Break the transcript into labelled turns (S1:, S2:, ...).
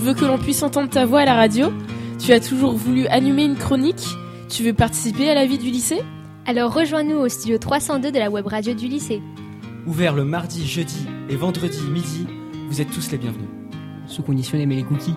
S1: veux que l'on puisse entendre ta voix à la radio. Tu as toujours voulu animer une chronique. Tu veux participer à la vie du lycée
S2: Alors rejoins-nous au studio 302 de la web radio du lycée.
S3: Ouvert le mardi, jeudi et vendredi midi, vous êtes tous les bienvenus.
S4: Sous condition d'aimer les cookies.